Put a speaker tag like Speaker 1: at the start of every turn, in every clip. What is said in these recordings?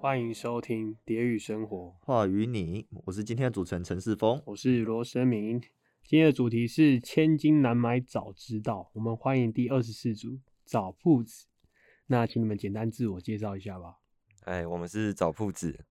Speaker 1: 欢迎收听《蝶语生活》，
Speaker 2: 话与你，我是今天的主持人陈世峰。
Speaker 1: 我是罗生明。今天的主题是“千金难买早知道”，我们欢迎第二十四组早铺子。那请你们简单自我介绍一下吧。
Speaker 3: 哎，我们是找铺子，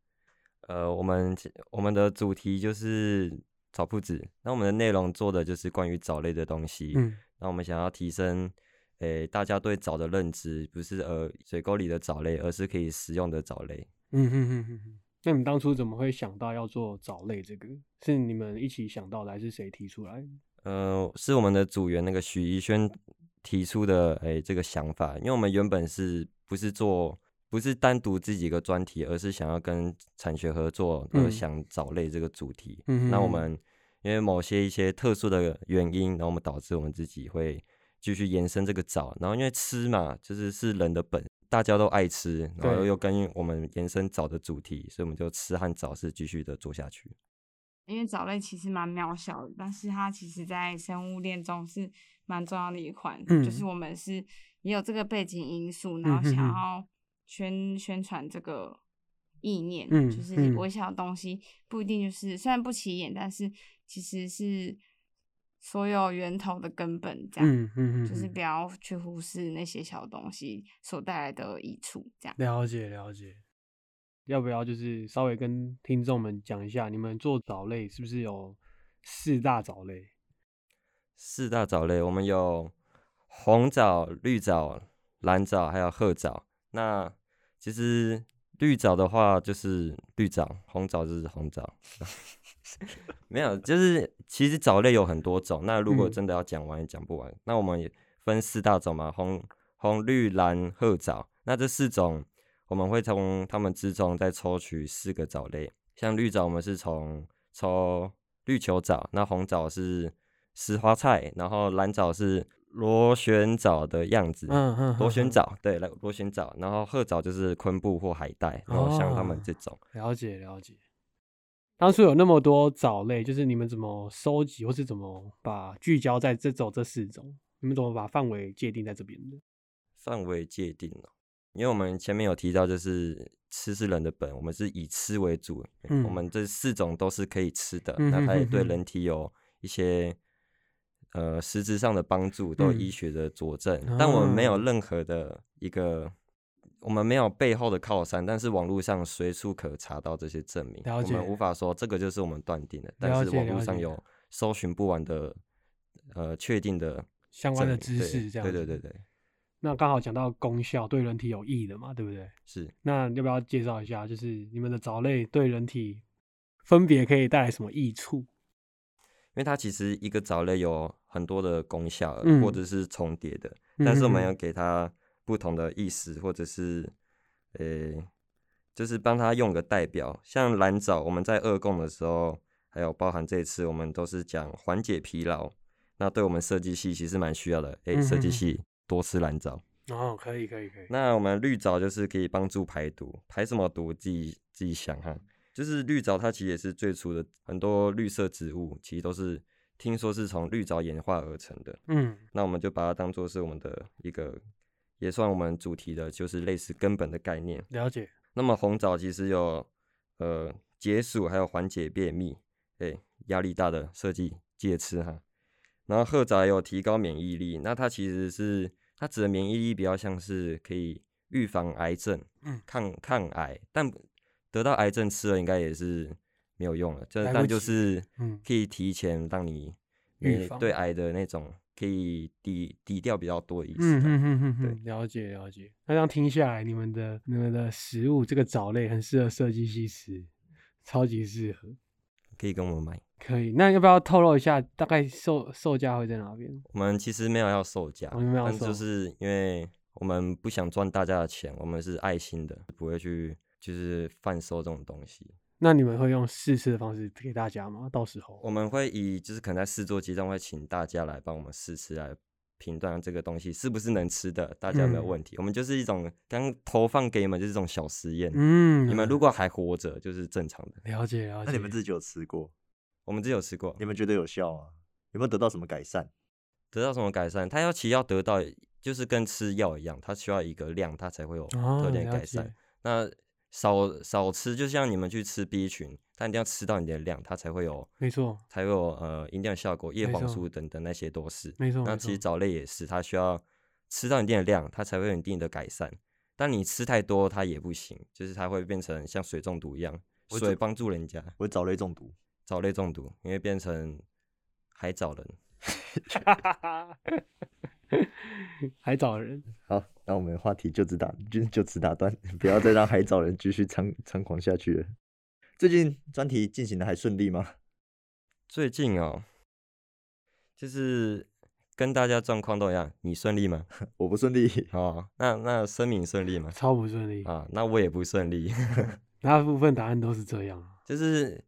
Speaker 3: 呃，我们我们的主题就是找铺子，那我们的内容做的就是关于藻类的东西。
Speaker 1: 嗯，
Speaker 3: 那我们想要提升，诶，大家对藻的认知，不是呃水沟里的藻类，而是可以食用的藻类。
Speaker 1: 嗯哼哼哼哼。那你们当初怎么会想到要做藻类这个？是你们一起想到的，还是谁提出来的？
Speaker 3: 呃，是我们的组员那个许怡轩提出的，诶，这个想法，因为我们原本是不是做不是单独自己一个专题，而是想要跟产学合作，而
Speaker 1: 嗯
Speaker 3: 想藻类这个主题。
Speaker 1: 嗯哼
Speaker 3: 那我
Speaker 1: 哼
Speaker 3: 们因为某些一些特殊的原因，然后我们导致我们自己会继续延伸这个藻，然后因为吃嘛，就是是人的本，大家都爱吃，然后
Speaker 1: 对
Speaker 3: 又跟我们延伸藻的主题，所以我们就吃和藻是继续的做下去。
Speaker 4: 因为藻类其实蛮渺小的，但是它其实在生物链中是蛮重要的一环。就是
Speaker 1: 嗯
Speaker 4: 我们是也有这个背景因素，然后
Speaker 1: 嗯
Speaker 4: 想
Speaker 1: 哼哼
Speaker 4: 要宣宣传这个意念，
Speaker 1: 嗯
Speaker 4: 就是
Speaker 1: 嗯
Speaker 4: 微小的东西不一定就是虽然不起眼，但是其实是所有源头的根本，这样、
Speaker 1: 嗯嗯嗯，
Speaker 4: 就是
Speaker 1: 哼
Speaker 4: 不要去忽视那些小东西所带来的益处，这样。
Speaker 1: 了解了解。要不要就是稍微跟听众们讲一下，你们做藻类是不是有四大藻类？
Speaker 3: 四大藻类，我们有红藻、绿藻、蓝藻，还有褐藻。那其实绿藻的话就是绿藻，红藻就是红藻。 没有，就是其实藻类有很多种。那如果
Speaker 1: 嗯
Speaker 3: 真的要讲完也讲不完，那我们也分四大种嘛，红、红、绿、蓝、褐藻。那这四种我们会从它们之中再抽取四个藻类，像绿藻我们是从抽绿球藻，那红藻是石花菜，然后蓝藻是螺旋藻的样子，
Speaker 1: 嗯嗯，
Speaker 3: 螺旋
Speaker 1: 哼，
Speaker 3: 藻对，来螺旋藻，然后褐藻就是昆布或海带，然后像它们
Speaker 1: 哦
Speaker 3: 这种，
Speaker 1: 哼了解了解。当初有那么多藻类，就是你们怎么收集，或是怎么把聚焦在这种这四种？你们怎么把范围界定在这边的？
Speaker 3: 范围界定了。因为我们前面有提到，就是吃是人的本，我们是以吃为主，
Speaker 1: 嗯
Speaker 3: 我们这四种都是可以吃的，
Speaker 1: 嗯
Speaker 3: 那
Speaker 1: 哼
Speaker 3: 它也
Speaker 1: 哼
Speaker 3: 对
Speaker 1: 哼
Speaker 3: 人体有一些呃实质上的帮助，都有医
Speaker 1: 嗯
Speaker 3: 学的佐证，但我们没有
Speaker 1: 啊
Speaker 3: 任何的一个。我们没有背后的靠山，但是网络上随处可查到这些证明。
Speaker 1: 了
Speaker 3: 我们
Speaker 1: 解
Speaker 3: 无法说这个就是我们断定的，
Speaker 1: 了
Speaker 3: 但是
Speaker 1: 解
Speaker 3: 网
Speaker 1: 了
Speaker 3: 络上
Speaker 1: 解
Speaker 3: 有搜寻不完的呃确定的
Speaker 1: 相关的
Speaker 3: 证
Speaker 1: 知
Speaker 3: 明对
Speaker 1: 识，这样
Speaker 3: 对对
Speaker 1: 子
Speaker 3: 对对，
Speaker 1: 那刚好讲到功效对人体有益的嘛，对不对？
Speaker 3: 是。
Speaker 1: 那要不要介绍一下，就是你们的藻类对人体分别可以带来什么益处？
Speaker 3: 因为它其实一个藻类有很多的功效，
Speaker 1: 嗯
Speaker 3: 或者是重叠的，但是我们
Speaker 1: 嗯哼哼
Speaker 3: 要给它不同的意思，或者是，呃、就是帮它用个代表。像蓝藻，我们在二供的时候，还有包含这一次，我们都是讲缓解疲劳，那对我们设计系其实蛮需要的。诶、
Speaker 1: 嗯
Speaker 3: 设
Speaker 1: 哼
Speaker 3: 计
Speaker 1: 哼
Speaker 3: 系多吃蓝藻。
Speaker 1: 哦，可以可以可以，
Speaker 3: 那我们绿藻就是可以帮助排毒，排什么毒自己自己想哈。就是绿藻它其实也是最初的很多绿色植物，其实都是听说是从绿藻演化而成的。
Speaker 1: 嗯
Speaker 3: 那我们就把它当做是我们的一个，也算我们主题的，就是类似根本的概念。
Speaker 1: 了解，
Speaker 3: 那么红藻其实有呃解暑，还有缓解便秘，哎，压力大的设计记得吃哈。然后褐藻也有提高免疫力，那它其实是它指的免疫力比较像是可以预防癌症，
Speaker 1: 嗯
Speaker 3: 抗抗癌，但得到癌症吃了应该也是没有用了，就
Speaker 1: 来不
Speaker 3: 但就
Speaker 1: 及
Speaker 3: 是
Speaker 1: 嗯
Speaker 3: 可以提前让你
Speaker 1: 预
Speaker 3: 你
Speaker 1: 防
Speaker 3: 对癌的那种可以抵抵掉比较多的意思啊。
Speaker 1: 嗯哼哼哼哼，
Speaker 3: 对
Speaker 1: 了解了解。那这样听下来，你们的你们的食物这个藻类很适合设计系吃，超级适合。
Speaker 3: 可以跟我们买。
Speaker 1: 可以，那要不要透露一下大概售售价会在哪边？
Speaker 3: 我们其实没有要售价，
Speaker 1: 哦你们没有
Speaker 3: 但
Speaker 1: 售
Speaker 3: 就是因为我们不想赚大家的钱，我们是爱心的，不会去就是贩售这种东西。
Speaker 1: 那你们会用试吃的方式给大家吗？到时候
Speaker 3: 我们会以就是可能在试做阶段会请大家来帮我们试吃来评断这个东西是不是能吃的，大家有没有
Speaker 1: 嗯
Speaker 3: 问题？我们就是一种刚投放给你们就是一种小实验。
Speaker 1: 嗯，
Speaker 3: 你们如果还活着，就是正常的。
Speaker 1: 了解了解，
Speaker 2: 那你们自己有吃过？
Speaker 3: 我们只有吃过
Speaker 2: 你，们觉得有效吗？有没有得到什么改善？
Speaker 3: 得到什么改善？它要其实要得到，就是跟吃药一样，它需要一个量，它才会有
Speaker 1: 哦
Speaker 3: 特点
Speaker 1: 了
Speaker 3: 改
Speaker 1: 解
Speaker 3: 善。那少少吃，就像你们去吃 B 群，但一定要吃到你的量，它才会有
Speaker 1: 没错，
Speaker 3: 才会有呃营养效果。叶
Speaker 1: 没
Speaker 3: 黄
Speaker 1: 错
Speaker 3: 素等等那些都是。
Speaker 1: 没错，
Speaker 3: 那
Speaker 1: 没
Speaker 3: 其实
Speaker 1: 错，
Speaker 3: 藻类也是，它需要吃到一定的量，它才会有一定的改善。但你吃太多，它也不行，就是它会变成像水中毒一样，
Speaker 2: 我
Speaker 3: 水
Speaker 2: 怎
Speaker 3: 帮助人家，
Speaker 2: 我藻类中毒，
Speaker 3: 藻类中毒，因为变成海藻人。
Speaker 1: 海藻人，
Speaker 2: 好，那我们话题就此打就就此打断， 不要再让海藻人继续猖猖狂下去了。最近专题进行的还顺利吗？
Speaker 3: 最近哦，就是跟大家状况都一样，你顺利吗？
Speaker 2: 我不顺利，
Speaker 3: 哦，那那声明顺利吗？
Speaker 1: 超不顺利，
Speaker 3: 啊，那我也不顺利，
Speaker 1: 大部分答案都是这样。啊
Speaker 3: 就是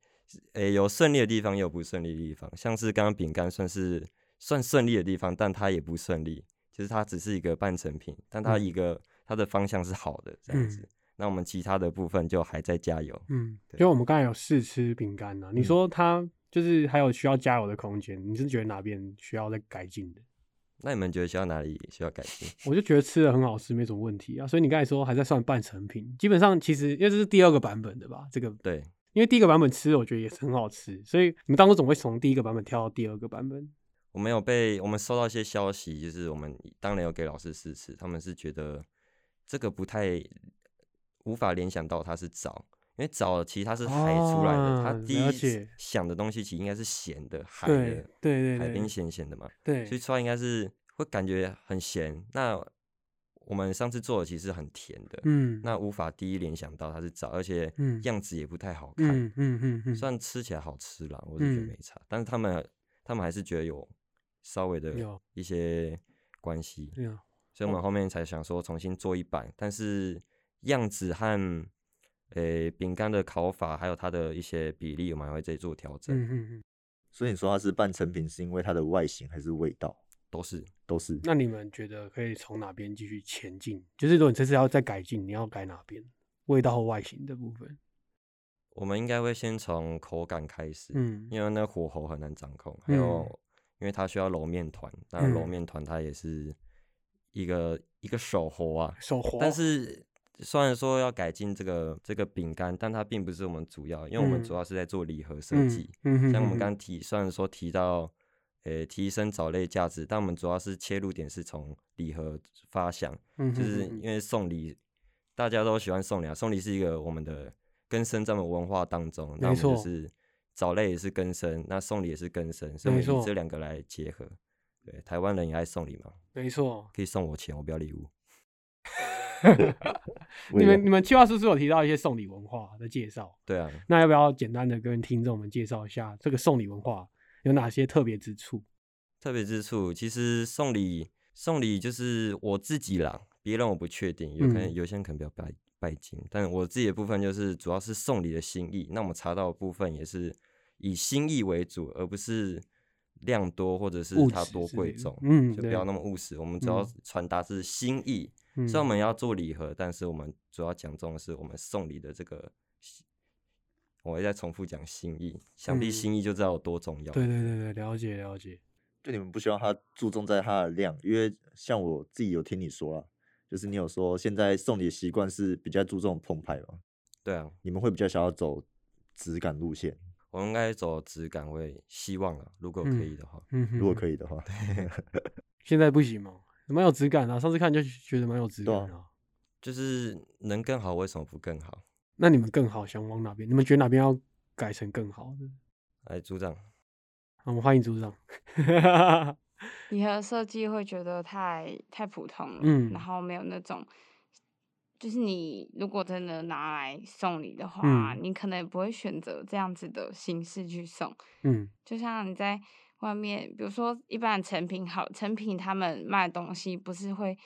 Speaker 3: 诶、有顺利的地方，也有不顺利的地方。像是刚刚饼干算是算顺利的地方，但它也不顺利，就是它只是一个半成品，但它
Speaker 1: 嗯
Speaker 3: 一个、它的方向是好的这样
Speaker 1: 嗯
Speaker 3: 子。那我们其他的部分就还在加油。
Speaker 1: 嗯，
Speaker 3: 对
Speaker 1: 就我们刚才有试吃饼干呢，你
Speaker 3: 嗯
Speaker 1: 说它就是还有需要加油的空间，你是觉得哪边需要再改进的？
Speaker 3: 那你们觉得需要哪里需要改进？
Speaker 1: 我就觉得吃的很好吃，没什么问题啊。所以你刚才说还在算半成品，基本上其实因为这是第二个版本的吧，这个
Speaker 3: 对，
Speaker 1: 因为第一个版本吃我觉得也是很好吃，所以你们当初总会从第一个版本跳到第二个版本。
Speaker 3: 我们有被我们收到一些消息，就是我们当然有给老师试吃，他们是觉得这个不太无法联想到它是藻，因为藻其实它是海出来的，它
Speaker 1: 哦
Speaker 3: 第
Speaker 1: 了
Speaker 3: 一
Speaker 1: 解
Speaker 3: 想的东西其实应该是咸的，海
Speaker 1: 对
Speaker 3: 的，
Speaker 1: 对
Speaker 3: 海
Speaker 1: 对
Speaker 3: 边
Speaker 1: 对
Speaker 3: 咸咸的嘛，
Speaker 1: 对，
Speaker 3: 所以出来应该是会感觉很咸。那我们上次做的其实很甜的，
Speaker 1: 嗯，
Speaker 3: 那无法第一联想到它是藻，而且
Speaker 1: 嗯
Speaker 3: 样子也不太好看，
Speaker 1: 嗯嗯嗯嗯，
Speaker 3: 虽然吃起来好吃啦，我是觉
Speaker 1: 嗯
Speaker 3: 得没差，但是他们他们还是觉得有稍微的
Speaker 1: 有
Speaker 3: 一些关系，
Speaker 1: 对啊，
Speaker 3: 所以我们后面才想说重新做一版，但是样子和诶饼干的烤法，还有它的一些比例，我们还会再做调整，
Speaker 1: 嗯嗯嗯，
Speaker 2: 所以你说它是半成品，是因为它的外形还是味道？
Speaker 3: 都是
Speaker 2: 都是。
Speaker 1: 那你们觉得可以从哪边继续前进？就是如果你这次要再改进，你要改哪边？味道和外形的部分，
Speaker 3: 我们应该会先从口感开始，
Speaker 1: 嗯
Speaker 3: 因为那火候很难掌控，还有、因为它需要揉面团，那揉
Speaker 1: 嗯
Speaker 3: 面团它也是一个一个手活啊，
Speaker 1: 手滑，
Speaker 3: 但是虽然说要改进这个这个饼干，但它并不是我们主要，因为我们
Speaker 1: 嗯
Speaker 3: 主要是在做礼盒设
Speaker 1: 嗯
Speaker 3: 计。，
Speaker 1: 嗯哼
Speaker 3: 像我们
Speaker 1: 哼
Speaker 3: 刚提，虽然说提到，呃、提升藻类价值，但我们主要是切入点是从礼盒发想，
Speaker 1: 哼
Speaker 3: 就是
Speaker 1: 嗯哼
Speaker 3: 因为送礼，大家都喜欢送礼啊，送礼是一个我们的根深在我们文化当中，那
Speaker 1: 没
Speaker 3: 我们就
Speaker 1: 错
Speaker 3: 是藻类也是根深，那送礼也是根深，所以我
Speaker 1: 没
Speaker 3: 们以
Speaker 1: 错
Speaker 3: 这两个来结合。对，台湾人也爱送礼嘛，
Speaker 1: 没错，
Speaker 3: 可以送我钱，我不要礼物。
Speaker 2: 我
Speaker 1: 你
Speaker 2: 以为
Speaker 1: 们你们计划书是有提到一些送礼文化的介绍，
Speaker 3: 对啊，
Speaker 1: 那要不要简单的跟听众们介绍一下这个送礼文化有哪些特别之处？
Speaker 3: 特别之处，其实送礼送礼就是我自己啦，别人我不确定，有可能
Speaker 1: 嗯
Speaker 3: 有些人可能比较拜拜金，但我自己的部分就是主要是送礼的心意。那我们查到的部分也是以心意为主，而不是量多或者是
Speaker 1: 物
Speaker 3: 它
Speaker 1: 质
Speaker 3: 多
Speaker 1: 之
Speaker 3: 贵
Speaker 1: 类的
Speaker 3: 重，
Speaker 1: 嗯
Speaker 3: 就不要
Speaker 1: 对
Speaker 3: 那么务实。我们主要
Speaker 1: 嗯
Speaker 3: 传达是心意，
Speaker 1: 嗯，
Speaker 3: 虽然我们要做礼盒，但是我们主要讲重的是我们送礼的这个心。我再重复讲心意，想必
Speaker 1: 嗯
Speaker 3: 心意就知道有多重要。
Speaker 1: 对对对对，了解了解，
Speaker 2: 就你们不希望它注重在它的量，因为像我自己有听你说啊，就是你有说现在送礼的习惯是比较注重澎湃嘛，
Speaker 3: 对啊，
Speaker 2: 你们会比较想要走质感路线，
Speaker 3: 我应该走质感，我也希望啊，如果可
Speaker 1: 嗯
Speaker 3: 以的话，
Speaker 1: 嗯哼，
Speaker 2: 如果
Speaker 1: 以，
Speaker 2: 可以的话。
Speaker 1: 现在不行吗？蛮有质感啊，上次看就觉得蛮有质
Speaker 2: 对
Speaker 1: 感
Speaker 2: 啊
Speaker 1: 啊。
Speaker 3: 就是能更好，为什么不更好？
Speaker 1: 那你们更好想往哪边？你们觉得哪边要改成更好的？
Speaker 3: 哎，组长，
Speaker 1: 我们欢迎组长。
Speaker 4: 礼盒设计会觉得太太普通了，
Speaker 1: 嗯
Speaker 4: 然后没有那种，就是你如果真的拿来送礼的话，
Speaker 1: 嗯
Speaker 4: 你可能也不会选择这样子的形式去送。
Speaker 1: 嗯
Speaker 4: 就像你在外面，比如说一般的成品好，成品他们卖的东西不是会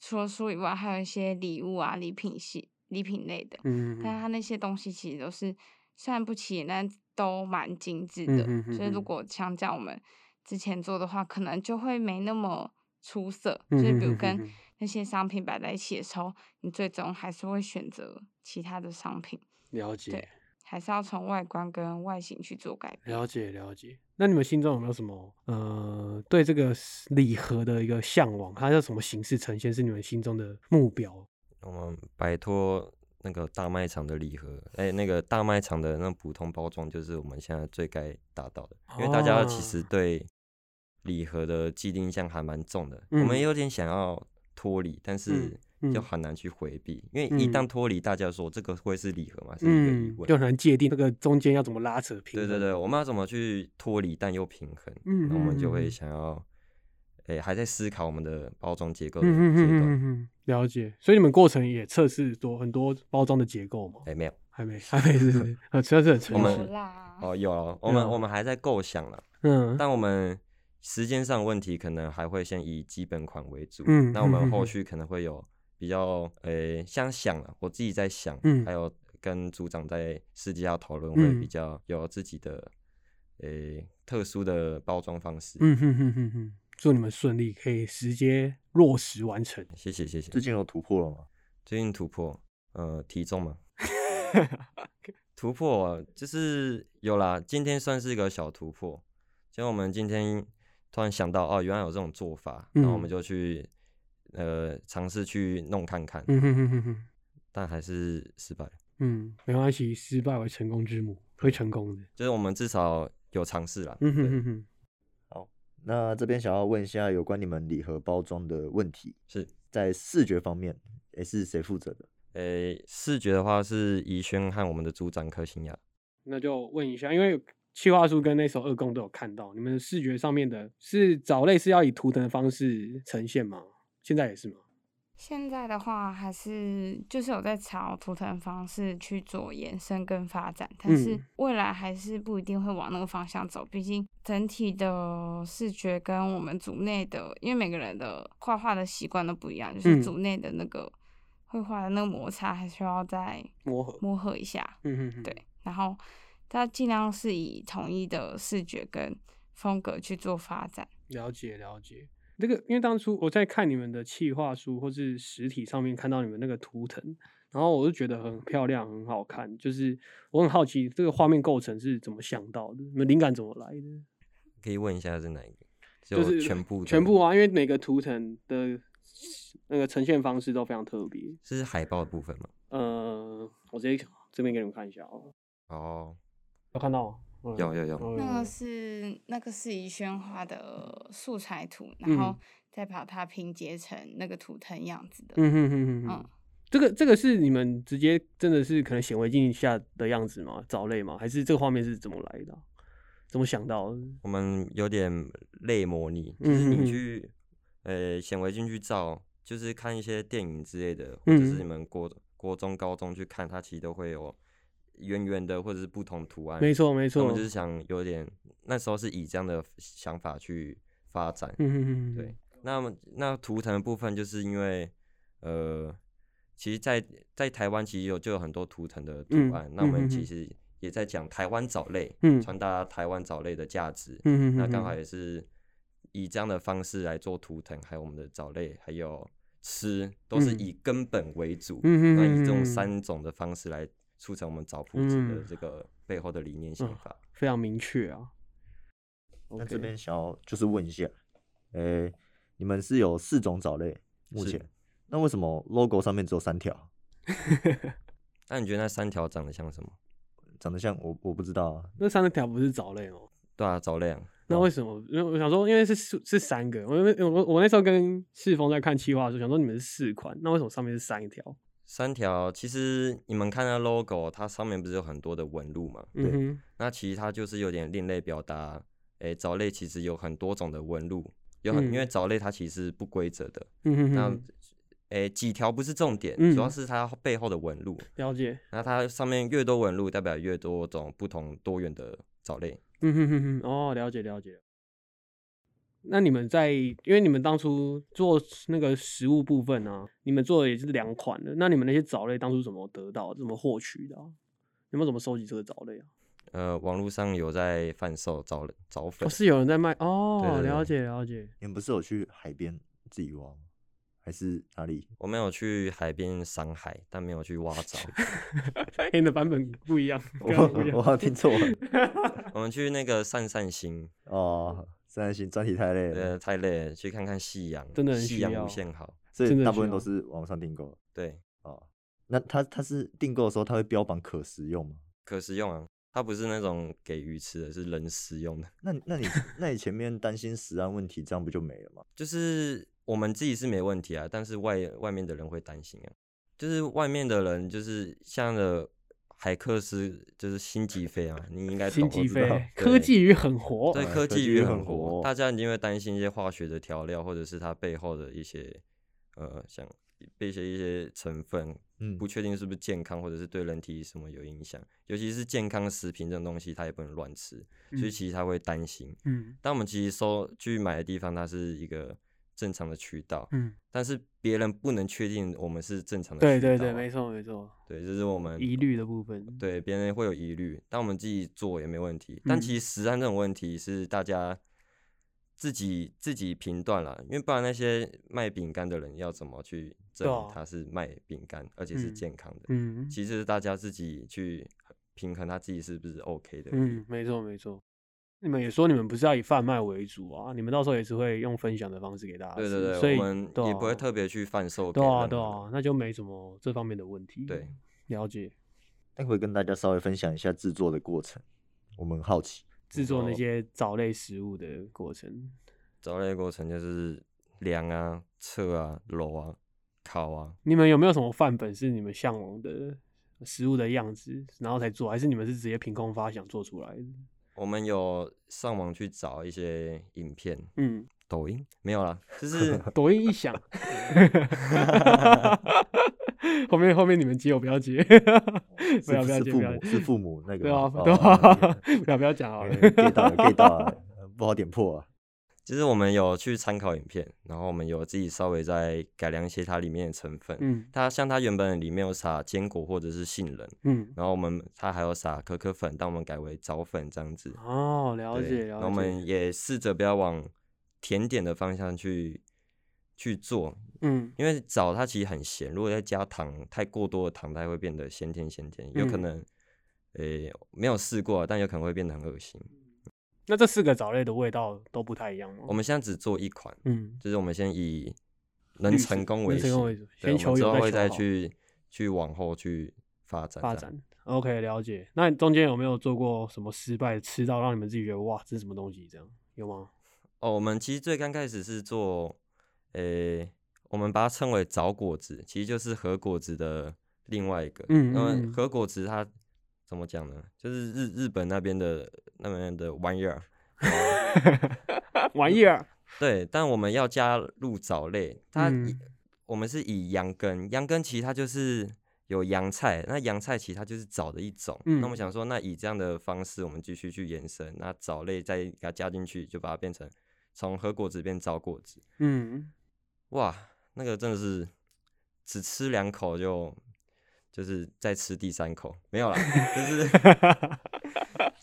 Speaker 4: 除了书以外，还有一些礼物啊、礼品系、礼品类的，
Speaker 1: 嗯，
Speaker 4: 但它那些东西其实都是虽然不起眼，但都蛮精致的。
Speaker 1: 嗯哼
Speaker 4: 所以如
Speaker 1: 哼
Speaker 4: 果相较我们之前做的话，可能就会没那么出色。
Speaker 1: 嗯
Speaker 4: 就是
Speaker 1: 哼
Speaker 4: 比如
Speaker 1: 哼哼
Speaker 4: 跟
Speaker 1: 哼
Speaker 4: 那些商品摆在一起的时候，你最终还是会选择其他的商品，
Speaker 1: 了解
Speaker 4: 对还是要从外观跟外形去做改变。
Speaker 1: 了解了解。那你们心中有没有什么呃对这个礼盒的一个向往？它要什么形式呈现是你们心中的目标？
Speaker 3: 我们摆脱那个大卖场的礼盒，哎、那个大卖场的那种普通包装，就是我们现在最该达到的，因为大家其
Speaker 1: 哦
Speaker 3: 实对礼盒的既定印象还蛮重的，我们
Speaker 1: 嗯
Speaker 3: 有点想要脱离，但是就
Speaker 1: 嗯
Speaker 3: 很难去回避，因为一旦
Speaker 1: 嗯
Speaker 3: 脱离，大家说这个会是礼盒嘛，是一个疑
Speaker 1: 嗯，
Speaker 3: 问。
Speaker 1: 就很难界定这个中间要怎么拉扯平
Speaker 3: 对
Speaker 1: 衡。
Speaker 3: 对对，我们要怎么去脱离但又平衡？
Speaker 1: 嗯
Speaker 3: 那我们就
Speaker 1: 嗯嗯
Speaker 3: 会
Speaker 1: 嗯
Speaker 3: 想要，诶、还在思考我们的包装结构的
Speaker 1: 嗯嗯
Speaker 3: 阶
Speaker 1: 嗯
Speaker 3: 段。
Speaker 1: 嗯嗯，了解。所以你们过程也测试多很多包装的结构吗？
Speaker 3: 诶、没有，
Speaker 1: 还没，还没是不是，呃，测试很
Speaker 3: 我
Speaker 1: 成
Speaker 3: 们
Speaker 4: 有
Speaker 1: 熟。
Speaker 4: 啦，
Speaker 3: 哦，有了，我们
Speaker 1: 有
Speaker 3: 我们还在构想了，
Speaker 1: 嗯，
Speaker 3: 但我们时间上问题可能还会先以基本款为主。
Speaker 1: 嗯
Speaker 3: 那我
Speaker 1: 嗯
Speaker 3: 们
Speaker 1: 嗯
Speaker 3: 后
Speaker 1: 嗯
Speaker 3: 续可能会有比较，诶、像想了，我自己在想，
Speaker 1: 嗯
Speaker 3: 还有跟组长在私底下讨论，会比
Speaker 1: 嗯
Speaker 3: 较有自己的，诶、特殊的包装方式。
Speaker 1: 嗯哼哼哼哼，祝你们顺利，可以直接落实完成。
Speaker 3: 谢谢谢谢
Speaker 2: 最。近有突破了吗？
Speaker 3: 最近突破，呃，体 重嘛，突破就是有啦，今天算是一个小突破。就我们今天突然想到，哦，原来有这种做法，然后我们
Speaker 1: 嗯
Speaker 3: 就去呃尝试去弄看看，
Speaker 1: 嗯哼哼哼哼，
Speaker 3: 但还是失败了。
Speaker 1: 嗯，没关系，失败为成功之母，会成功的。
Speaker 3: 就是我们至少有尝试啦。
Speaker 1: 嗯哼
Speaker 3: 对
Speaker 1: 哼哼，
Speaker 2: 那这边想要问一下有关你们礼盒包装的问题，
Speaker 3: 是，
Speaker 2: 在视觉方面，诶、是谁负责的？
Speaker 3: 诶、视觉的话是宜轩和我们的组长柯新雅。
Speaker 1: 那就问一下，因为企划书跟那首二宫都有看到，你们的视觉上面的是藻类是要以图腾的方式呈现吗？现在也是吗？
Speaker 4: 现在的话，还是就是有在朝图腾方式去做延伸跟发展，但是
Speaker 1: 嗯
Speaker 4: 未来还是不一定会往那个方向走。毕竟整体的视觉跟我们组内的，因为每个人的画画的习惯都不一样，就
Speaker 1: 嗯
Speaker 4: 是组内的那个绘画的那个摩擦，还需要再
Speaker 1: 磨合。
Speaker 4: 磨合一下。
Speaker 1: 嗯哼哼，
Speaker 4: 对，然后它尽量是以统一的视觉跟风格去做发展。
Speaker 1: 了解了解。这个，因为当初我在看你们的企划书或是实体上面看到你们那个图腾，然后我就觉得很漂亮，很好看。就是我很好奇这个画面构成是怎么想到的，你们灵感怎么来的？
Speaker 3: 可以问一下是哪一个？
Speaker 1: 就是
Speaker 3: 全部的
Speaker 1: 全
Speaker 3: 吗
Speaker 1: 部啊，因为每个图腾的那个呈现方式都非常特别。
Speaker 3: 是海报的部分吗？
Speaker 1: 呃，我直接这边给你们看一下哦，
Speaker 3: 哦，
Speaker 1: 有看到吗？嗯
Speaker 3: 有有有
Speaker 1: 哦
Speaker 4: 那
Speaker 1: 有
Speaker 4: 个
Speaker 1: 有
Speaker 4: 是那个是宜轩画的素材图，然后
Speaker 1: 嗯
Speaker 4: 再把它拼接成那个图腾样子的。
Speaker 1: 嗯哼哼哼哼
Speaker 4: 嗯，
Speaker 1: 这个这个是你们直接真的是可能显微镜下的样子吗？藻类吗？还是这个画面是怎么来的啊、怎么想到的？
Speaker 3: 我们有点类模拟，就是
Speaker 1: 嗯嗯嗯
Speaker 3: 你去呃显微镜去照，就是看一些电影之类的，或者是
Speaker 1: 嗯
Speaker 3: 你们国国中、高中去看，它其实都会有圆圆的或者是不同图案。
Speaker 1: 没，错没
Speaker 3: 我
Speaker 1: 错
Speaker 3: 哎们，就是想有点那时候是以这样的想法去发展。
Speaker 1: 嗯哼哼，
Speaker 3: 对，那么那图腾的部分，就是因为呃，其实在，在台湾其实有就有很多图腾的图
Speaker 1: 嗯
Speaker 3: 案，那我
Speaker 1: 嗯
Speaker 3: 们
Speaker 1: 嗯
Speaker 3: 其
Speaker 1: 嗯
Speaker 3: 实也在讲台湾藻类，
Speaker 1: 嗯
Speaker 3: 传达台湾藻类的价值。
Speaker 1: 嗯哼哼，
Speaker 3: 那刚好也是以这样的方式来做图腾，还有我们的藻类，还有吃，都是
Speaker 1: 嗯
Speaker 3: 以根本为主。
Speaker 1: 嗯
Speaker 3: 那以
Speaker 1: 嗯嗯
Speaker 3: 这
Speaker 1: 嗯
Speaker 3: 种三种的方式来促成我们藻铺子的
Speaker 1: 嗯
Speaker 3: 这个背后的理念想
Speaker 1: 嗯
Speaker 3: 法。
Speaker 1: 非常明确啊。
Speaker 2: 那这
Speaker 1: OK
Speaker 2: 边想要就是问一下，诶、你们是有四种藻类，目
Speaker 3: 是
Speaker 2: 前，那为什么 logo 上面只有三条？
Speaker 3: 那你觉得那三条长得像什么？
Speaker 2: 长得像我我不知道啊，
Speaker 1: 那三条不是藻类哦，
Speaker 3: 对啊，藻类啊。
Speaker 1: 那
Speaker 3: 哦
Speaker 1: 为什么？因为我想说，因为是四是三个，我我我我那时候跟世峰在看企划的时候，想说你们是四款，那为什么上面是三条？
Speaker 3: 三条，其实你们看那 logo，它上面不是有很多的纹路嘛？
Speaker 1: 嗯哼，
Speaker 3: 那其实它就是有点另类表达。诶、藻类其实有很多种的纹路，有很、因为
Speaker 1: 嗯
Speaker 3: 藻类它其实是不规则的。
Speaker 1: 嗯哼
Speaker 3: 那
Speaker 1: 哼，
Speaker 3: 诶、几条不是重点，主要
Speaker 1: 嗯
Speaker 3: 是它背后的纹路。
Speaker 1: 了解。
Speaker 3: 那它上面越多纹路，代表越多种不同多元的藻类。
Speaker 1: 嗯哼哼哼，哦，了解了解。那你们在，因为你们当初做那个食物部分啊，你们做的也是两款的，那你们那些藻类当初怎么得到、怎么获取的、啊？你们怎么收集这个藻类啊？
Speaker 3: 呃，网络上有在贩售藻类藻
Speaker 1: 哦，
Speaker 3: 粉，
Speaker 1: 是有人在卖哦，
Speaker 3: 对对
Speaker 1: 了
Speaker 3: 对
Speaker 1: 解了解。
Speaker 2: 你们不是有去海边自己挖吗？还是哪里？
Speaker 3: 我没有去海边赏海，但没有去 挖藻。
Speaker 1: 你的版本不一样，
Speaker 2: 我
Speaker 1: 跟他不一样
Speaker 2: 我好像听错 了
Speaker 3: 我们去那个散散心，
Speaker 2: 哦，三人行专题太累了
Speaker 1: 啊
Speaker 3: 呃，，太累了，去看看夕阳，
Speaker 1: 真的很
Speaker 3: 夕
Speaker 1: 需
Speaker 3: 阳
Speaker 1: 要
Speaker 3: 无限好。
Speaker 2: 所
Speaker 1: 真
Speaker 2: 以
Speaker 1: 的
Speaker 2: 大
Speaker 1: 需
Speaker 2: 部分都
Speaker 1: 要
Speaker 2: 是网上订购
Speaker 3: 对，
Speaker 2: 哦。那它它是订购的时候，它会标榜可食用吗？
Speaker 3: 可食用啊，它不是那种给鱼吃的，是人食用的。
Speaker 2: 那你那 你那你前面担心食安问题，这样不就没了吗？
Speaker 3: 就是我们自己是没问题啊，但是外外面的人会担心啊。就是外面的人，就是像的海克斯，就是星级飞啊，你应该
Speaker 1: 星
Speaker 3: 懂
Speaker 1: 级
Speaker 3: 我知道
Speaker 1: 飞，
Speaker 3: 对
Speaker 1: 科技鱼很活，
Speaker 3: 对
Speaker 2: 呃
Speaker 3: 科
Speaker 2: 科
Speaker 3: 技
Speaker 2: 技
Speaker 3: 鱼
Speaker 2: 鱼
Speaker 3: 很
Speaker 2: 很
Speaker 3: 活，
Speaker 2: 活
Speaker 3: 大家一定会担心一些化学的调料，或者是它背后的一些呃，像被一些一些成分，
Speaker 2: 嗯
Speaker 3: 不确定是不是健康，或者是对人体什么有影响。尤其是健康食品这种东西，它也不能乱吃，所以
Speaker 1: 嗯
Speaker 3: 其实它会担心。
Speaker 1: 嗯
Speaker 3: 但我们其实收去买的地方，它是一个正常的渠道，
Speaker 1: 嗯，
Speaker 3: 但是别人不能确定我们是正常的
Speaker 1: 对
Speaker 3: 渠
Speaker 1: 对
Speaker 3: 道
Speaker 1: 对，
Speaker 3: 啊
Speaker 1: 没错没错，
Speaker 3: 对，这是我们
Speaker 1: 疑虑的部分，，
Speaker 3: 对别人会有疑虑，但我们自己做也没问题。但其
Speaker 1: 嗯
Speaker 3: 实食安这种问题是大家自己自己评断啦，因为不然那些卖饼干的人要怎么去证
Speaker 1: 啊
Speaker 3: 明他是卖饼干，而且是
Speaker 1: 嗯
Speaker 3: 健康的？
Speaker 1: 嗯
Speaker 3: 其实是大家自己去平衡他自己是不是 OK 的。
Speaker 1: 嗯，，没错没错。你们也说你们不是要以贩卖为主啊，你们到时候也是会用分享的方式给大家
Speaker 3: 对
Speaker 1: 吃，
Speaker 3: 对对，
Speaker 1: 所以
Speaker 3: 我们
Speaker 1: 对
Speaker 3: 也不会
Speaker 1: 啊
Speaker 3: 特别去贩售给
Speaker 1: 对啊
Speaker 3: 任
Speaker 1: 对
Speaker 3: 何
Speaker 1: 啊
Speaker 3: 人，
Speaker 1: 那就没什么这方面的问题。
Speaker 3: 对，
Speaker 1: 了解
Speaker 2: 待会跟大家稍微分享一下制作的过程，我们很好奇。
Speaker 1: 制作那
Speaker 3: 说
Speaker 1: 些藻类食物的过程。
Speaker 3: 找类过程就是量啊、测啊、揉啊、烤啊，
Speaker 1: 你们有没有什么范本是你们向往的食物的样子，然后才做，还是你们是直接凭空发想做出来的？
Speaker 3: 我们有上网去找一些影片，
Speaker 1: 嗯，
Speaker 3: 抖音没有啦，就是
Speaker 1: 抖音一 响，后面后面你们接我不要接，不
Speaker 3: 哦
Speaker 2: 是
Speaker 1: 要
Speaker 2: 不
Speaker 1: 不要
Speaker 2: 是
Speaker 1: 接
Speaker 2: 父
Speaker 1: 不要
Speaker 2: 母
Speaker 1: 接
Speaker 2: 是父母那个
Speaker 1: 对啊
Speaker 2: 吗哦哎
Speaker 1: 对啊， 不要不要讲好了，
Speaker 2: 给到了给到了，呃不好点破啊。
Speaker 3: 就是我们有去参考影片，然后我们有自己稍微再改良一些它里面的成分。
Speaker 1: 嗯
Speaker 3: 它像它原本里面有撒坚果或者是杏仁，
Speaker 1: 嗯，
Speaker 3: 然后我们它还有撒可可粉，但我们改为枣粉这样子。
Speaker 1: 哦，了
Speaker 3: 对
Speaker 1: 解
Speaker 3: 然
Speaker 1: 了
Speaker 3: 后我们
Speaker 1: 解，
Speaker 3: 也试着不要往甜点的方向去去做，
Speaker 1: 嗯
Speaker 3: 因为枣它其实很咸，如果再加糖，太过多的糖，它会变得咸甜咸甜，有可
Speaker 1: 嗯
Speaker 3: 能，诶、没有试过啊，但有可能会变得很恶心。
Speaker 1: 那这四个藻类的味道都不太一样吗？
Speaker 3: 我们现在只做一款，
Speaker 1: 嗯，
Speaker 3: 就是我们先以能
Speaker 1: 绿色
Speaker 3: 成功
Speaker 1: 能
Speaker 3: 为
Speaker 1: 成功
Speaker 3: 先
Speaker 1: 为主
Speaker 3: 对
Speaker 1: 先
Speaker 3: 我们
Speaker 1: 求
Speaker 3: 之
Speaker 1: 有
Speaker 3: 后
Speaker 1: 再
Speaker 3: 会
Speaker 1: 求
Speaker 3: 再
Speaker 1: 好
Speaker 3: 去去往后去发展这
Speaker 1: 发
Speaker 3: 样。
Speaker 1: 展 OK 了解。那中间有没有做过什么失败，吃到让你们自己觉得哇，这是什么东西？这样有吗？
Speaker 3: 哦，我们其实最刚开始是做，诶、我们把它称为枣果子，其实就是核果子的另外一个。
Speaker 1: 嗯
Speaker 3: 那
Speaker 1: 嗯嗯
Speaker 3: 么核果子它怎么讲呢？就是日日本那边的那边的玩意儿。
Speaker 1: 玩意儿，
Speaker 3: 对，但我们要加入藻类，它以、
Speaker 1: 嗯
Speaker 3: 我们是以羊羹，羊羹其实它就是有洋菜，那洋菜其实它就是藻的一种。那我
Speaker 1: 嗯
Speaker 3: 们想说，那以这样的方式，我们继续去延伸，那藻类再给它加进去，就把它变成从核果子变藻果子。
Speaker 1: 嗯，
Speaker 3: 哇，那个真的是只吃两口就就是再吃第三口，没有啦， 就是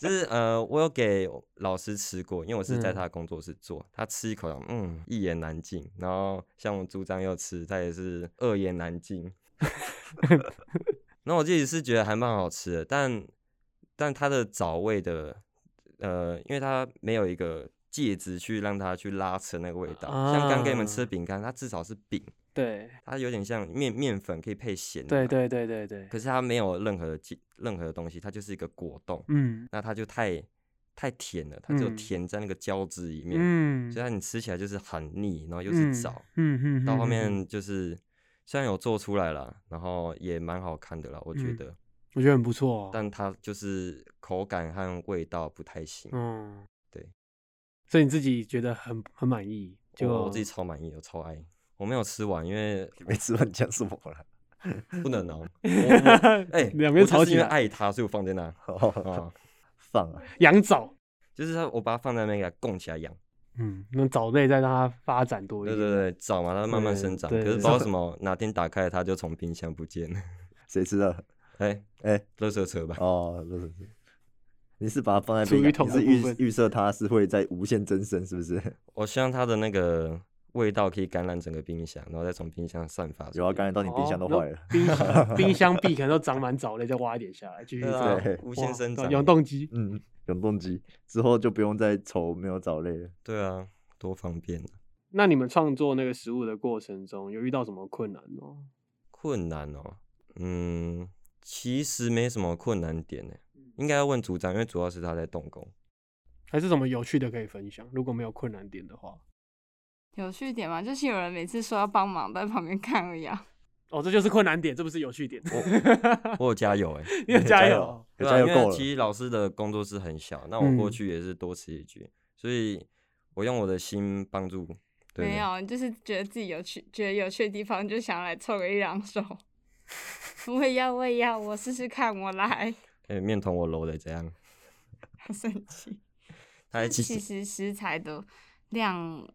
Speaker 3: 就是呃，我有给老师吃过，因为我是在
Speaker 1: 嗯
Speaker 3: 他的工作室做，他吃一口，嗯，一言难尽。然后像我朱张又吃，他也是二言难尽。那我自己是觉得还蛮好吃的，但但它的藻味的，呃，因为它没有一个介质去让它去拉扯那个味道，像刚给你们吃的
Speaker 1: 啊
Speaker 3: 饼干，它至少是饼，
Speaker 1: 对
Speaker 3: 它有点像面面粉可以配咸的
Speaker 1: 对
Speaker 3: 嘛，
Speaker 1: 对对对对，
Speaker 3: 可是它没有任何的介任何的东西，它就是一个果冻。
Speaker 1: 嗯
Speaker 3: 那它就太太甜了，它就
Speaker 1: 嗯
Speaker 3: 甜在那个胶质里面，
Speaker 1: 嗯，
Speaker 3: 所以它你吃起来就是很腻，然后又是枣，
Speaker 1: 嗯嗯嗯，
Speaker 3: 到后
Speaker 1: 嗯，嗯
Speaker 3: 面就是虽然有做出来了，然后也蛮好看的啦，我觉
Speaker 1: 嗯
Speaker 3: 得，
Speaker 1: 我觉得很不错哦，
Speaker 3: 但它就是口感和味道不太行，
Speaker 1: 嗯，
Speaker 3: 对，
Speaker 1: 所以你自己觉得很很满意，就
Speaker 3: 我我自己超满意，我超爱。我没有吃完，因为
Speaker 2: 你没吃饭讲什么了？
Speaker 3: 不能哦、我 我哎，
Speaker 1: 两边
Speaker 3: 我就
Speaker 1: 吵
Speaker 3: 是
Speaker 1: 起
Speaker 3: 因为
Speaker 1: 来
Speaker 3: 爱它，所以我放在那啊、
Speaker 2: 哦
Speaker 1: 哦
Speaker 2: 放啊，
Speaker 1: 羊藻，
Speaker 3: 就是它我把它放在那个供起来养。
Speaker 1: 嗯，那藻类再让它发展多一
Speaker 3: 对
Speaker 1: 点，
Speaker 3: 对对，找嘛，它慢慢
Speaker 1: 对
Speaker 3: 生长。可
Speaker 1: 对
Speaker 3: 是不
Speaker 1: 对
Speaker 3: 知道为什么，哪天打开它就从冰箱不见了。
Speaker 2: 谁知道？
Speaker 3: 哎
Speaker 2: 哎
Speaker 3: 垃圾车吧？
Speaker 2: 哦，不是不是，你是把它放在
Speaker 1: 厨
Speaker 2: 冰
Speaker 1: 余
Speaker 2: 箱
Speaker 1: 桶
Speaker 2: 你
Speaker 1: 的
Speaker 2: 是
Speaker 1: 部分
Speaker 2: 预预设它是会在无限增生，是不 是？
Speaker 3: 我希望它的那个味道可以感染整个冰箱，然后再从冰箱散发出去。
Speaker 2: 有啊，刚才到你冰箱都坏了
Speaker 1: 哦。那 冰冰箱壁可能都长满藻类，再挖一点下来继续
Speaker 3: 对
Speaker 1: 长
Speaker 3: 啊
Speaker 2: 对，
Speaker 3: 无限生长。
Speaker 1: 永动机，
Speaker 2: 嗯，永动机之后就不用再愁没有藻类了。
Speaker 3: 对啊，多方便啊！
Speaker 1: 那你们创作那个食物的过程中，有遇到什么困难吗？
Speaker 3: 困难哦，嗯，其实没什么困难点呢，应该要问组长，因为主要是他在动工。
Speaker 1: 还是什么有趣的可以分享？如果没有困难点的话，
Speaker 4: 有趣点嘛，就是有人每次说要帮忙，在旁边看而已啊。
Speaker 1: 哦，这就是困难点，这不是有趣点。
Speaker 3: 我有加油哎，
Speaker 1: 你有加
Speaker 2: 加
Speaker 1: 油
Speaker 2: 油，
Speaker 3: 对
Speaker 2: 加
Speaker 3: 啊，因
Speaker 2: 油
Speaker 3: 为
Speaker 2: 够了
Speaker 3: 其实老师的工作室很小，那我过
Speaker 1: 嗯
Speaker 3: 去也是多此一举，所以我用我的心帮助。对
Speaker 4: 没，有，就是觉得自己有趣，觉得有趣的地方就想来凑个一两 手。我也要，我也要，我试试看，我来。
Speaker 3: 哎、面捅我楼的怎样？
Speaker 4: 好生气。
Speaker 3: 他还
Speaker 4: 就其
Speaker 3: 其实
Speaker 4: 实食材的量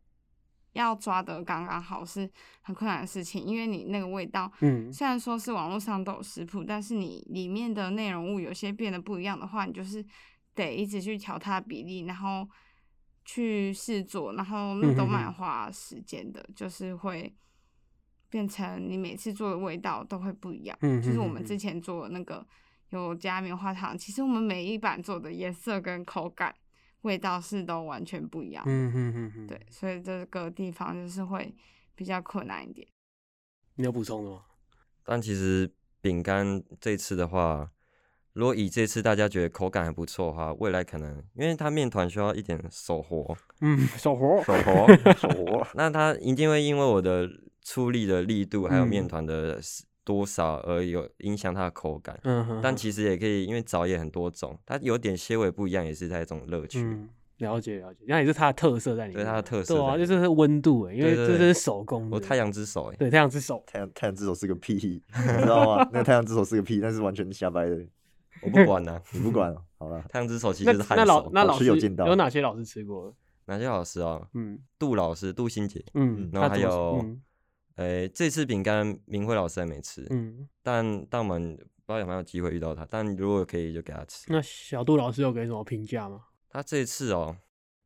Speaker 4: 要抓得刚刚好是很困难的事情，因为你那个味道，
Speaker 1: 嗯
Speaker 4: 虽然说是网络上都有食谱，但是你里面的内容物有些变得不一样的话，你就是得一直去调它的比例，然后去试做，然后那都
Speaker 1: 嗯哼
Speaker 4: 蛮
Speaker 1: 哼
Speaker 4: 花时间的，就是会变成你每次做的味道都会不一样。
Speaker 1: 嗯
Speaker 4: 就是我
Speaker 1: 哼
Speaker 4: 们
Speaker 1: 哼
Speaker 4: 之
Speaker 1: 哼
Speaker 4: 前做的那个有加棉花糖，其实我们每一版做的颜色跟口感、味道是都完全不一样。
Speaker 1: 嗯嗯嗯嗯，
Speaker 4: 对，，所以这个地方就是会比较困难一点。
Speaker 1: 你有补充的吗？
Speaker 3: 但其实饼干这次的话，如果以这次大家觉得口感还不错的话，未来可能因为它面团需要一点手活，
Speaker 1: 嗯，手活，
Speaker 3: 手活，
Speaker 2: 手活，
Speaker 3: 那它一定会因为我的出力的力度还有面
Speaker 1: 嗯
Speaker 3: 团的多少而有影响它的口感。
Speaker 1: 嗯哼，
Speaker 3: 但其实也可以，因为枣也很多种，它有点些微不一样，也是它一种乐趣。
Speaker 1: 嗯，了解了解，那也是它的特色在里面，
Speaker 3: 对它的特色
Speaker 1: 对啊，
Speaker 3: 在
Speaker 1: 就
Speaker 3: 里
Speaker 1: 是它的温度哎，因为
Speaker 3: 对
Speaker 1: 这
Speaker 3: 对
Speaker 1: 是手工
Speaker 3: 我
Speaker 1: 的
Speaker 3: 太，阳之手哎、
Speaker 1: 对太阳之手，
Speaker 2: 太阳太阳之手是个屁， 你知道吗？那个太阳之手是个屁，那是完全瞎掰的，
Speaker 3: 我不管啦、
Speaker 2: 你不管了，好了，
Speaker 3: 太阳之手其
Speaker 1: 那
Speaker 3: 实是
Speaker 1: 那
Speaker 3: 汗
Speaker 1: 老
Speaker 3: 手。
Speaker 1: 那
Speaker 2: 老
Speaker 1: 老
Speaker 2: 师
Speaker 1: 师
Speaker 2: 哦有见到
Speaker 1: 哪些老师吃过？
Speaker 3: 哪些老师哦？
Speaker 1: 嗯
Speaker 3: 杜老师，杜心杰，
Speaker 1: 嗯，
Speaker 3: 然后
Speaker 1: 他
Speaker 3: 还
Speaker 1: 怎么
Speaker 3: 有
Speaker 1: 吃嗯
Speaker 3: 呃，这次饼干明慧老师还没吃，
Speaker 1: 嗯，
Speaker 3: 但但我们不知道有没有机会遇到他，但如果可以就给他吃。
Speaker 1: 那小杜老师有给什么评价吗？
Speaker 3: 他这一次哦，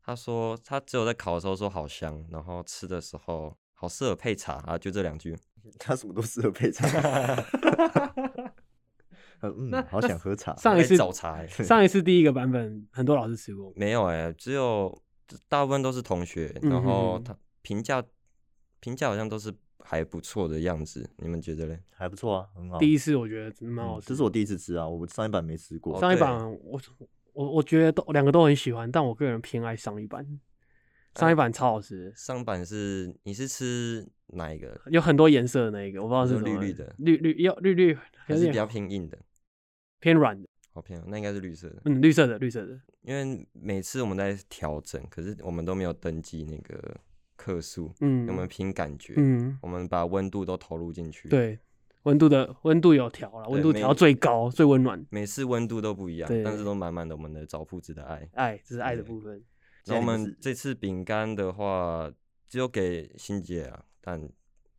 Speaker 3: 他说他只有在烤的时候说好香，然后吃的时候好适合配茶啊，就这两句。
Speaker 2: 他什么都适合配茶。嗯
Speaker 1: 那，
Speaker 2: 好
Speaker 1: 那
Speaker 2: 想喝茶。
Speaker 1: 上一
Speaker 3: 在
Speaker 1: 次
Speaker 3: 找茶欸
Speaker 1: 上一次第一个版本很多老师吃过，
Speaker 3: 没有哎、只有大部分都是同学，
Speaker 1: 嗯
Speaker 3: 然
Speaker 1: 嗯
Speaker 3: 后
Speaker 1: 嗯
Speaker 3: 他评价评价好像都是还不错的样子，你们觉得嘞？
Speaker 2: 还不错啊，很
Speaker 3: 哦
Speaker 2: 好。
Speaker 1: 第
Speaker 2: 一
Speaker 1: 一次我觉得真的蛮
Speaker 3: 嗯
Speaker 1: 好吃
Speaker 2: 这
Speaker 1: 的，
Speaker 2: 是我第一次吃啊，我上一版没吃过。
Speaker 3: 哦
Speaker 1: 上一
Speaker 3: 对
Speaker 1: 版我我我觉得都两个都很喜欢，但我个人偏爱上一版，上
Speaker 3: 呃
Speaker 1: 一版超好吃，
Speaker 3: 上版是你是吃哪一个？
Speaker 1: 有很多颜色的那一个，我不知道是
Speaker 3: 有
Speaker 1: 什
Speaker 3: 绿
Speaker 1: 么
Speaker 3: 绿的
Speaker 1: 绿绿要绿绿
Speaker 3: 还是
Speaker 1: 有
Speaker 3: 比较
Speaker 1: 点
Speaker 3: 偏硬的？
Speaker 1: 偏软的，
Speaker 3: 好偏哦，那应该是绿色的，
Speaker 1: 嗯，绿色的绿色的，
Speaker 3: 因为每次我们在调整，可是我们都没有登记那个克数，
Speaker 1: 嗯，
Speaker 3: 我们凭感觉，
Speaker 1: 嗯
Speaker 3: 我们把温度都投入进去，，
Speaker 1: 对温度的温度有调了，温
Speaker 3: 对
Speaker 1: 度
Speaker 3: 每
Speaker 1: 调最高最温暖，
Speaker 3: 每次温度都不一样
Speaker 1: 对，
Speaker 3: 但是都满满的我们的找铺子的爱。
Speaker 1: 爱这是爱的
Speaker 3: 对
Speaker 1: 部分，
Speaker 3: 那我
Speaker 2: 现在你
Speaker 3: 们
Speaker 2: 是
Speaker 3: 这次饼干的话，只有给欣姐啊，但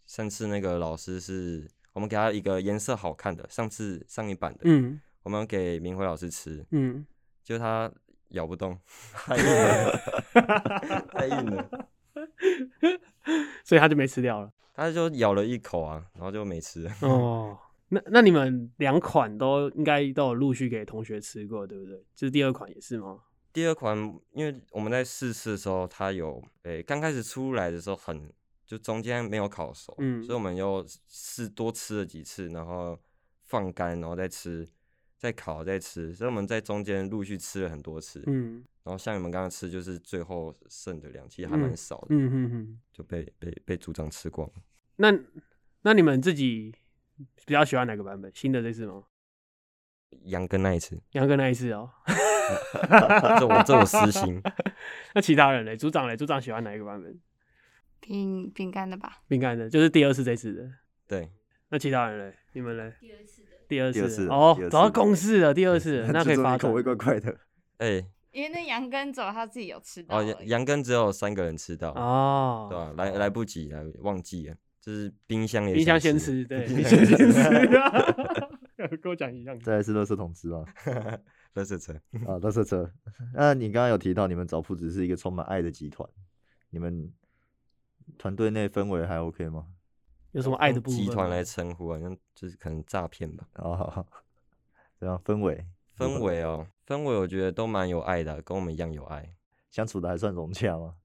Speaker 3: 上次那个老师是我们给他一个颜色好看的，上次上一版的，
Speaker 1: 嗯
Speaker 3: 我们给明辉老师吃，
Speaker 1: 嗯，
Speaker 3: 就他咬 不动，太硬了，太硬了，
Speaker 1: 所以他就没吃掉了。
Speaker 3: 他就咬了一口啊，然后就没吃了。
Speaker 1: 哦，那那你们两款都应该都有陆续给同学吃过，对不对？就是第二款也是吗？
Speaker 3: 第二款，因为我们在试吃的时候，它有诶，刚开始出来的时候很，就中间没有烤熟，
Speaker 1: 嗯
Speaker 3: 所以我们又试多吃了几次，然后放干，然后再吃，再烤，再吃，所以我们在中间陆续吃了很多次，
Speaker 1: 嗯
Speaker 3: 然后像你们刚刚吃，就是最后剩的两，其实还
Speaker 1: 嗯
Speaker 3: 蛮少的，
Speaker 1: 嗯嗯嗯。
Speaker 3: 就被被被组长吃光。
Speaker 1: 那那你们自己比较喜欢哪个版本？新的这次吗？
Speaker 3: 杨根那一次，
Speaker 1: 杨哥那一次哦。
Speaker 3: 这我这我私心，
Speaker 1: 那其他人嘞？组长嘞？组长喜欢哪一个版本？
Speaker 4: 饼饼干的吧，
Speaker 1: 饼干的，就是第二次这次的。
Speaker 3: 对，
Speaker 1: 那其他人嘞？你们嘞？第二次
Speaker 2: 第二
Speaker 1: 的。
Speaker 2: 次的
Speaker 1: 哦
Speaker 2: 第二，次
Speaker 1: 找到
Speaker 2: 的
Speaker 1: 共识了。第二次 了，那可以
Speaker 2: 就中
Speaker 1: 发
Speaker 2: 间
Speaker 1: 展
Speaker 2: 口味怪怪的，
Speaker 3: 哎、
Speaker 4: 因为那羊羹走他自己有吃到
Speaker 3: 哦，
Speaker 4: 而已。
Speaker 3: 杨杨根只有三个人吃到，
Speaker 1: 哦。
Speaker 3: 对啊，来来不及，来忘记了，就是冰箱也
Speaker 1: 冰箱
Speaker 3: 想
Speaker 1: 先吃，对，冰
Speaker 2: 冰
Speaker 1: 箱
Speaker 2: 箱
Speaker 1: 先
Speaker 2: 先
Speaker 1: 吃啊
Speaker 2: 吃。
Speaker 1: 跟我讲一样。
Speaker 2: 再来是垃圾桶吃吧。
Speaker 3: 垃圾车。
Speaker 2: 啊，垃圾车。那你刚刚有提到你们找铺子是一个充满爱的集团，你们团队内氛围还 OK 吗？
Speaker 1: 有什么爱的
Speaker 3: 用
Speaker 1: 部分啊吗？
Speaker 3: 集团来称呼，好像就是可能诈骗吧。
Speaker 2: 啊，好 好对啊，氛围
Speaker 3: 氛围哦，氛围我觉得都蛮有爱的，啊跟我们一样有爱，
Speaker 2: 相处的还算融洽吗？嗯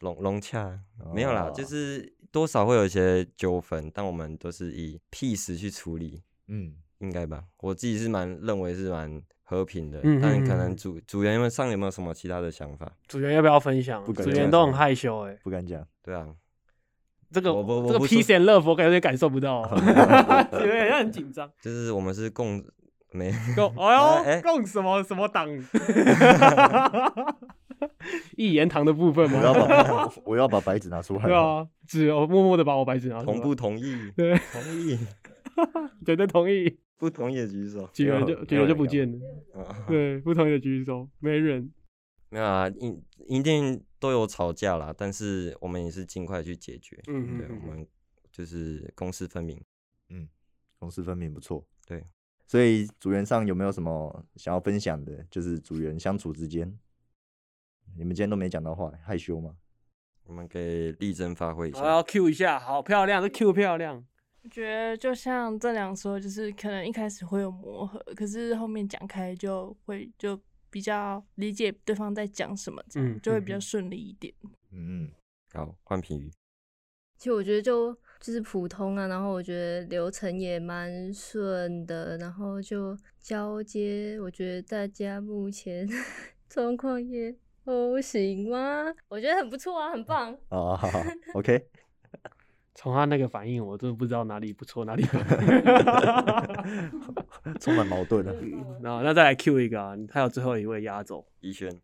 Speaker 3: 融融洽。没有啦，
Speaker 2: 哦
Speaker 3: 就是多少会有一些纠纷，但我们都是以 peace 去处理，
Speaker 2: 嗯，
Speaker 3: 应该吧？我自己是蛮认为是蛮和平的，
Speaker 1: 嗯
Speaker 3: 但
Speaker 1: 嗯
Speaker 3: 可
Speaker 1: 嗯
Speaker 3: 能
Speaker 1: 嗯
Speaker 3: 组组员们上有没有什么其他的想法？
Speaker 1: 组员要不要分享啊？
Speaker 2: 不敢
Speaker 1: 组员
Speaker 2: 讲
Speaker 1: 都很害羞哎、
Speaker 2: 不敢讲。
Speaker 3: 对啊，
Speaker 1: 这个
Speaker 3: 我不我
Speaker 1: 这个
Speaker 3: 不
Speaker 1: peace
Speaker 3: 说
Speaker 1: and love 我感觉有点感受不到 啊，有点让人紧张。
Speaker 3: 就是我们是共没
Speaker 1: 共哎呦
Speaker 3: 哎
Speaker 1: 共什么什么党？ 一言堂的部分
Speaker 2: 我要
Speaker 1: 吗？
Speaker 2: 把我要把白纸拿出来。
Speaker 1: 对，啊，只有默默的把我白纸拿出来。
Speaker 3: 同不同意？
Speaker 1: 对，
Speaker 3: 同意，
Speaker 1: 绝对同意。
Speaker 3: 不同意的举手。
Speaker 1: 几人就
Speaker 2: 有
Speaker 1: 几
Speaker 2: 有
Speaker 3: 哎
Speaker 1: 人就
Speaker 2: 人
Speaker 1: 不
Speaker 2: 敢
Speaker 1: 见了，
Speaker 3: 啊
Speaker 1: 对，不同意的举手，没人。
Speaker 3: 没有啊，一一定都有吵架啦，但是我们也是尽快去解决。
Speaker 1: 嗯
Speaker 3: 对，
Speaker 1: 嗯嗯
Speaker 3: 我们就是公私分明。
Speaker 2: 公私分明不错。
Speaker 3: 对，
Speaker 2: 所以组员上有没有什么想要分享的？就是组员相处之间，你们今天都没讲到话，害羞吗？
Speaker 3: 我们给力争发挥一下。
Speaker 1: 我要 Q 一下，好漂亮，这 Q 漂亮。
Speaker 5: 我觉得就像郑良说，就是可能一开始会有磨合，可是后面讲开就会就比较理解对方在讲什么，这样、
Speaker 1: 嗯
Speaker 5: 就会比
Speaker 1: 嗯
Speaker 5: 较
Speaker 1: 嗯
Speaker 5: 顺利一点。
Speaker 2: 嗯
Speaker 3: 好，换评语。
Speaker 6: 其实我觉得就就是普通啊，然后我觉得流程也蛮顺的，然后就交接，我觉得大家目前 状况也 O 行吗？我觉得很不错啊，很棒。
Speaker 2: 嗯，啊、好好 ，OK，
Speaker 1: 从他那个反应，我真的不知道哪里不错，哪里不错。
Speaker 2: 充满矛盾了。
Speaker 1: 然 后那再来 Q 一个啊，还有最后一位压轴
Speaker 3: 怡轩，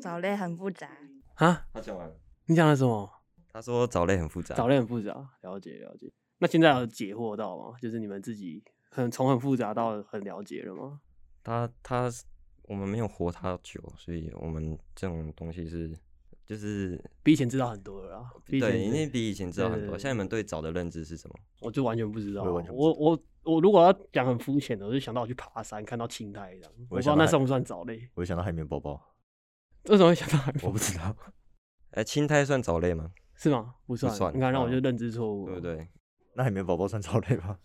Speaker 4: 藻类很复杂，
Speaker 1: 啊，
Speaker 3: 他讲完了。
Speaker 1: 你讲了什么？
Speaker 3: 他说藻类很复杂。
Speaker 1: 找类很复杂，了解了解。那现在有解惑到吗？就是你们自己很从很复杂到很了解了吗？
Speaker 3: 他他是我们没有活他久，所以我们这种东西是就是
Speaker 1: 比以前知道很多了啦，比以前
Speaker 3: 对，
Speaker 1: 知
Speaker 3: 因为比以前知道
Speaker 1: 对
Speaker 3: 很
Speaker 1: 对
Speaker 3: 多。
Speaker 1: 对
Speaker 3: 像你们对藻的认知是什么？
Speaker 1: 我就完全不知道。
Speaker 2: 我也完全不
Speaker 1: 我
Speaker 2: 知道
Speaker 1: 我我如果要讲很肤浅的，我就想到我去爬山看到青苔这样，我不知道
Speaker 2: 想
Speaker 1: 那
Speaker 2: 到海
Speaker 1: 算不算藻类？
Speaker 2: 我想到海绵宝宝，
Speaker 1: 为什么会想到海绵
Speaker 2: 我不知道。
Speaker 3: 哎、青苔算藻类吗？
Speaker 1: 是吗？不算，
Speaker 3: 算
Speaker 1: 你看，那我就
Speaker 3: 啊
Speaker 1: 认知错误，
Speaker 3: 对不？对？
Speaker 2: 那海绵宝宝算藻类 吗？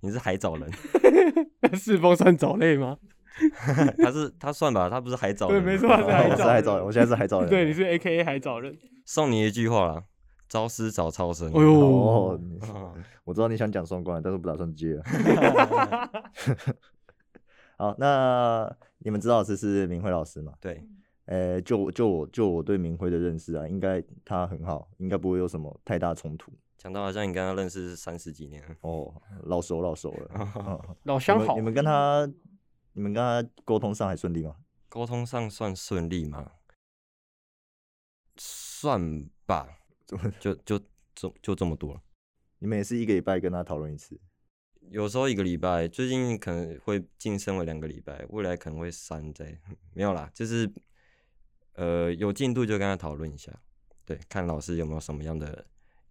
Speaker 3: 你是海藻人，
Speaker 1: 是风算藻类吗？
Speaker 3: 他是他算吧，他不是海藻
Speaker 1: 对
Speaker 3: 人吗。啊
Speaker 1: 没错他是海
Speaker 2: 哦
Speaker 1: 藻人
Speaker 2: 我是海藻人，我现在是海藻人。
Speaker 1: 对，你是 A K A 海藻人。
Speaker 3: 送你一句话啦，朝思早超生。
Speaker 1: 哎呦
Speaker 2: 哦，你
Speaker 3: 啊，
Speaker 2: 我知道你想讲双关，但是不打算接了。 好，那你们知道这是明辉老师吗？
Speaker 3: 对，
Speaker 2: 呃，就我就我就我对明辉的认识啊，应该他很好，应该不会有什么太大冲突。
Speaker 3: 讲到好像你跟他认识三十几年了，
Speaker 2: 哦，老熟老熟了。嗯
Speaker 1: 老乡
Speaker 2: 你
Speaker 1: 好
Speaker 2: 们你，们跟他，你们跟他沟通上还顺利吗？
Speaker 3: 沟通上算顺利吗？算吧，就就就就这么多了。
Speaker 2: 你们也是一个礼拜跟他讨论一次，
Speaker 3: 有时候一个礼拜，最近可能会晋升为两个礼拜，未来可能会三在，没有啦，就是呃有进度就跟他讨论一下，对，看老师有没有什么样的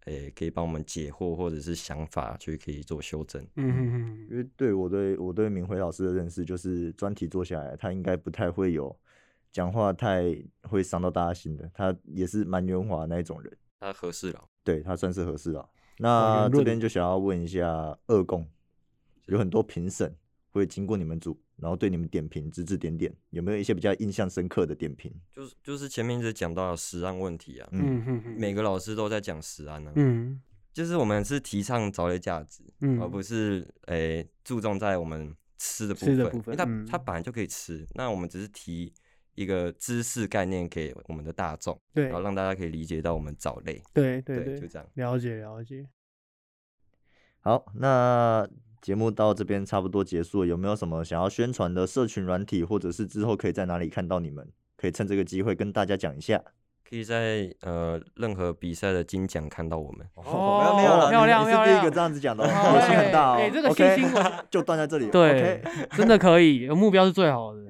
Speaker 3: 诶、可以帮我们解惑或者是想法去可以做修正。
Speaker 1: 嗯嗯嗯
Speaker 2: 因为对我对我对明辉老师的认识就是专题做下来，他应该不太会有讲话太会伤到大家心的，他也是蛮圆滑的那一种人，
Speaker 3: 他合适了，
Speaker 2: 对他算是合适了。
Speaker 1: 哦
Speaker 2: 那
Speaker 1: 圆
Speaker 2: 这
Speaker 1: 润
Speaker 2: 边就想要问一下二公，有很多评审会经过你们组，然后对你们点评指指点点，有没有一些比较印象深刻的点评？
Speaker 3: 就是就是前面一直讲到的食安问题啊，
Speaker 1: 嗯嗯嗯，
Speaker 3: 每个老师都在讲食安啊，
Speaker 1: 嗯
Speaker 3: 就是我们是提倡藻类价值，
Speaker 1: 嗯
Speaker 3: 而不是诶、注重在我们吃的部
Speaker 1: 吃
Speaker 3: 分，
Speaker 1: 的部分
Speaker 3: 因为它、
Speaker 1: 嗯
Speaker 3: 它本来就可以吃，那我们只是提一个知识概念给我们的大众，
Speaker 1: 对
Speaker 3: 然后让大家可以理解到我们藻类，
Speaker 1: 对对
Speaker 3: 就
Speaker 1: 对，
Speaker 3: 这样。
Speaker 1: 了解了解。
Speaker 2: 好，那节目到这边差不多结束了，有没有什么想要宣传的社群软体，或者是之后可以在哪里看到你们？可以趁这个机会跟大家讲一下。
Speaker 3: 可以在呃任何比赛的金奖看到我们，
Speaker 1: 哦
Speaker 2: 没有没有了，
Speaker 1: 漂亮
Speaker 2: 你
Speaker 1: 漂
Speaker 2: 是
Speaker 1: 亮
Speaker 2: 第一个这样子讲的哦，
Speaker 1: 好
Speaker 2: 我心
Speaker 1: 哎
Speaker 2: 很大哦。
Speaker 1: 哎这个
Speaker 2: OK，
Speaker 1: 信心我
Speaker 2: 就断在这里。
Speaker 1: 对
Speaker 2: OK，
Speaker 1: 真的可以，有目标是最好的。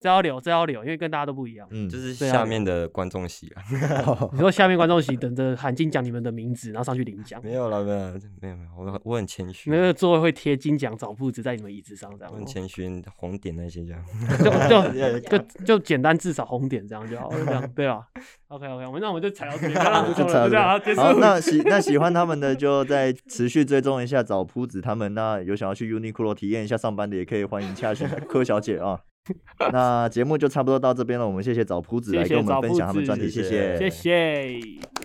Speaker 1: 这要留，这要留，因为跟大家都不一样。
Speaker 2: 嗯，
Speaker 3: 就是
Speaker 1: 对啊
Speaker 3: 下面的观众席啊，
Speaker 1: 你说下面观众席等着喊金奖你们的名字，然后上去领奖。
Speaker 3: 没有了没有啦没有没有，我我很谦虚，
Speaker 1: 那个座位会贴金奖找布置在你们椅子上，这样
Speaker 3: 我很谦虚，红点那些 这样。
Speaker 1: 就就就就简单至少红点这样就好了，这样对吧？OK OK，我们那我们就踩到这边，不要让
Speaker 2: 就
Speaker 1: 补充
Speaker 2: 差
Speaker 1: 了，
Speaker 2: 不
Speaker 1: 就这
Speaker 2: 多
Speaker 1: 样好结束。
Speaker 2: 好，那喜那喜欢他们的就再持续追踪一下，找铺子他们。那有想要去 Uniqlo 体验一下上班的，也可以欢迎洽询柯小姐啊。那节目就差不多到这边了，我们谢谢找铺子
Speaker 1: 谢
Speaker 2: 来
Speaker 1: 谢
Speaker 2: 跟
Speaker 1: 找
Speaker 2: 我们分
Speaker 1: 铺
Speaker 2: 享他们
Speaker 1: 子
Speaker 2: 专题，
Speaker 3: 谢谢
Speaker 1: 谢谢。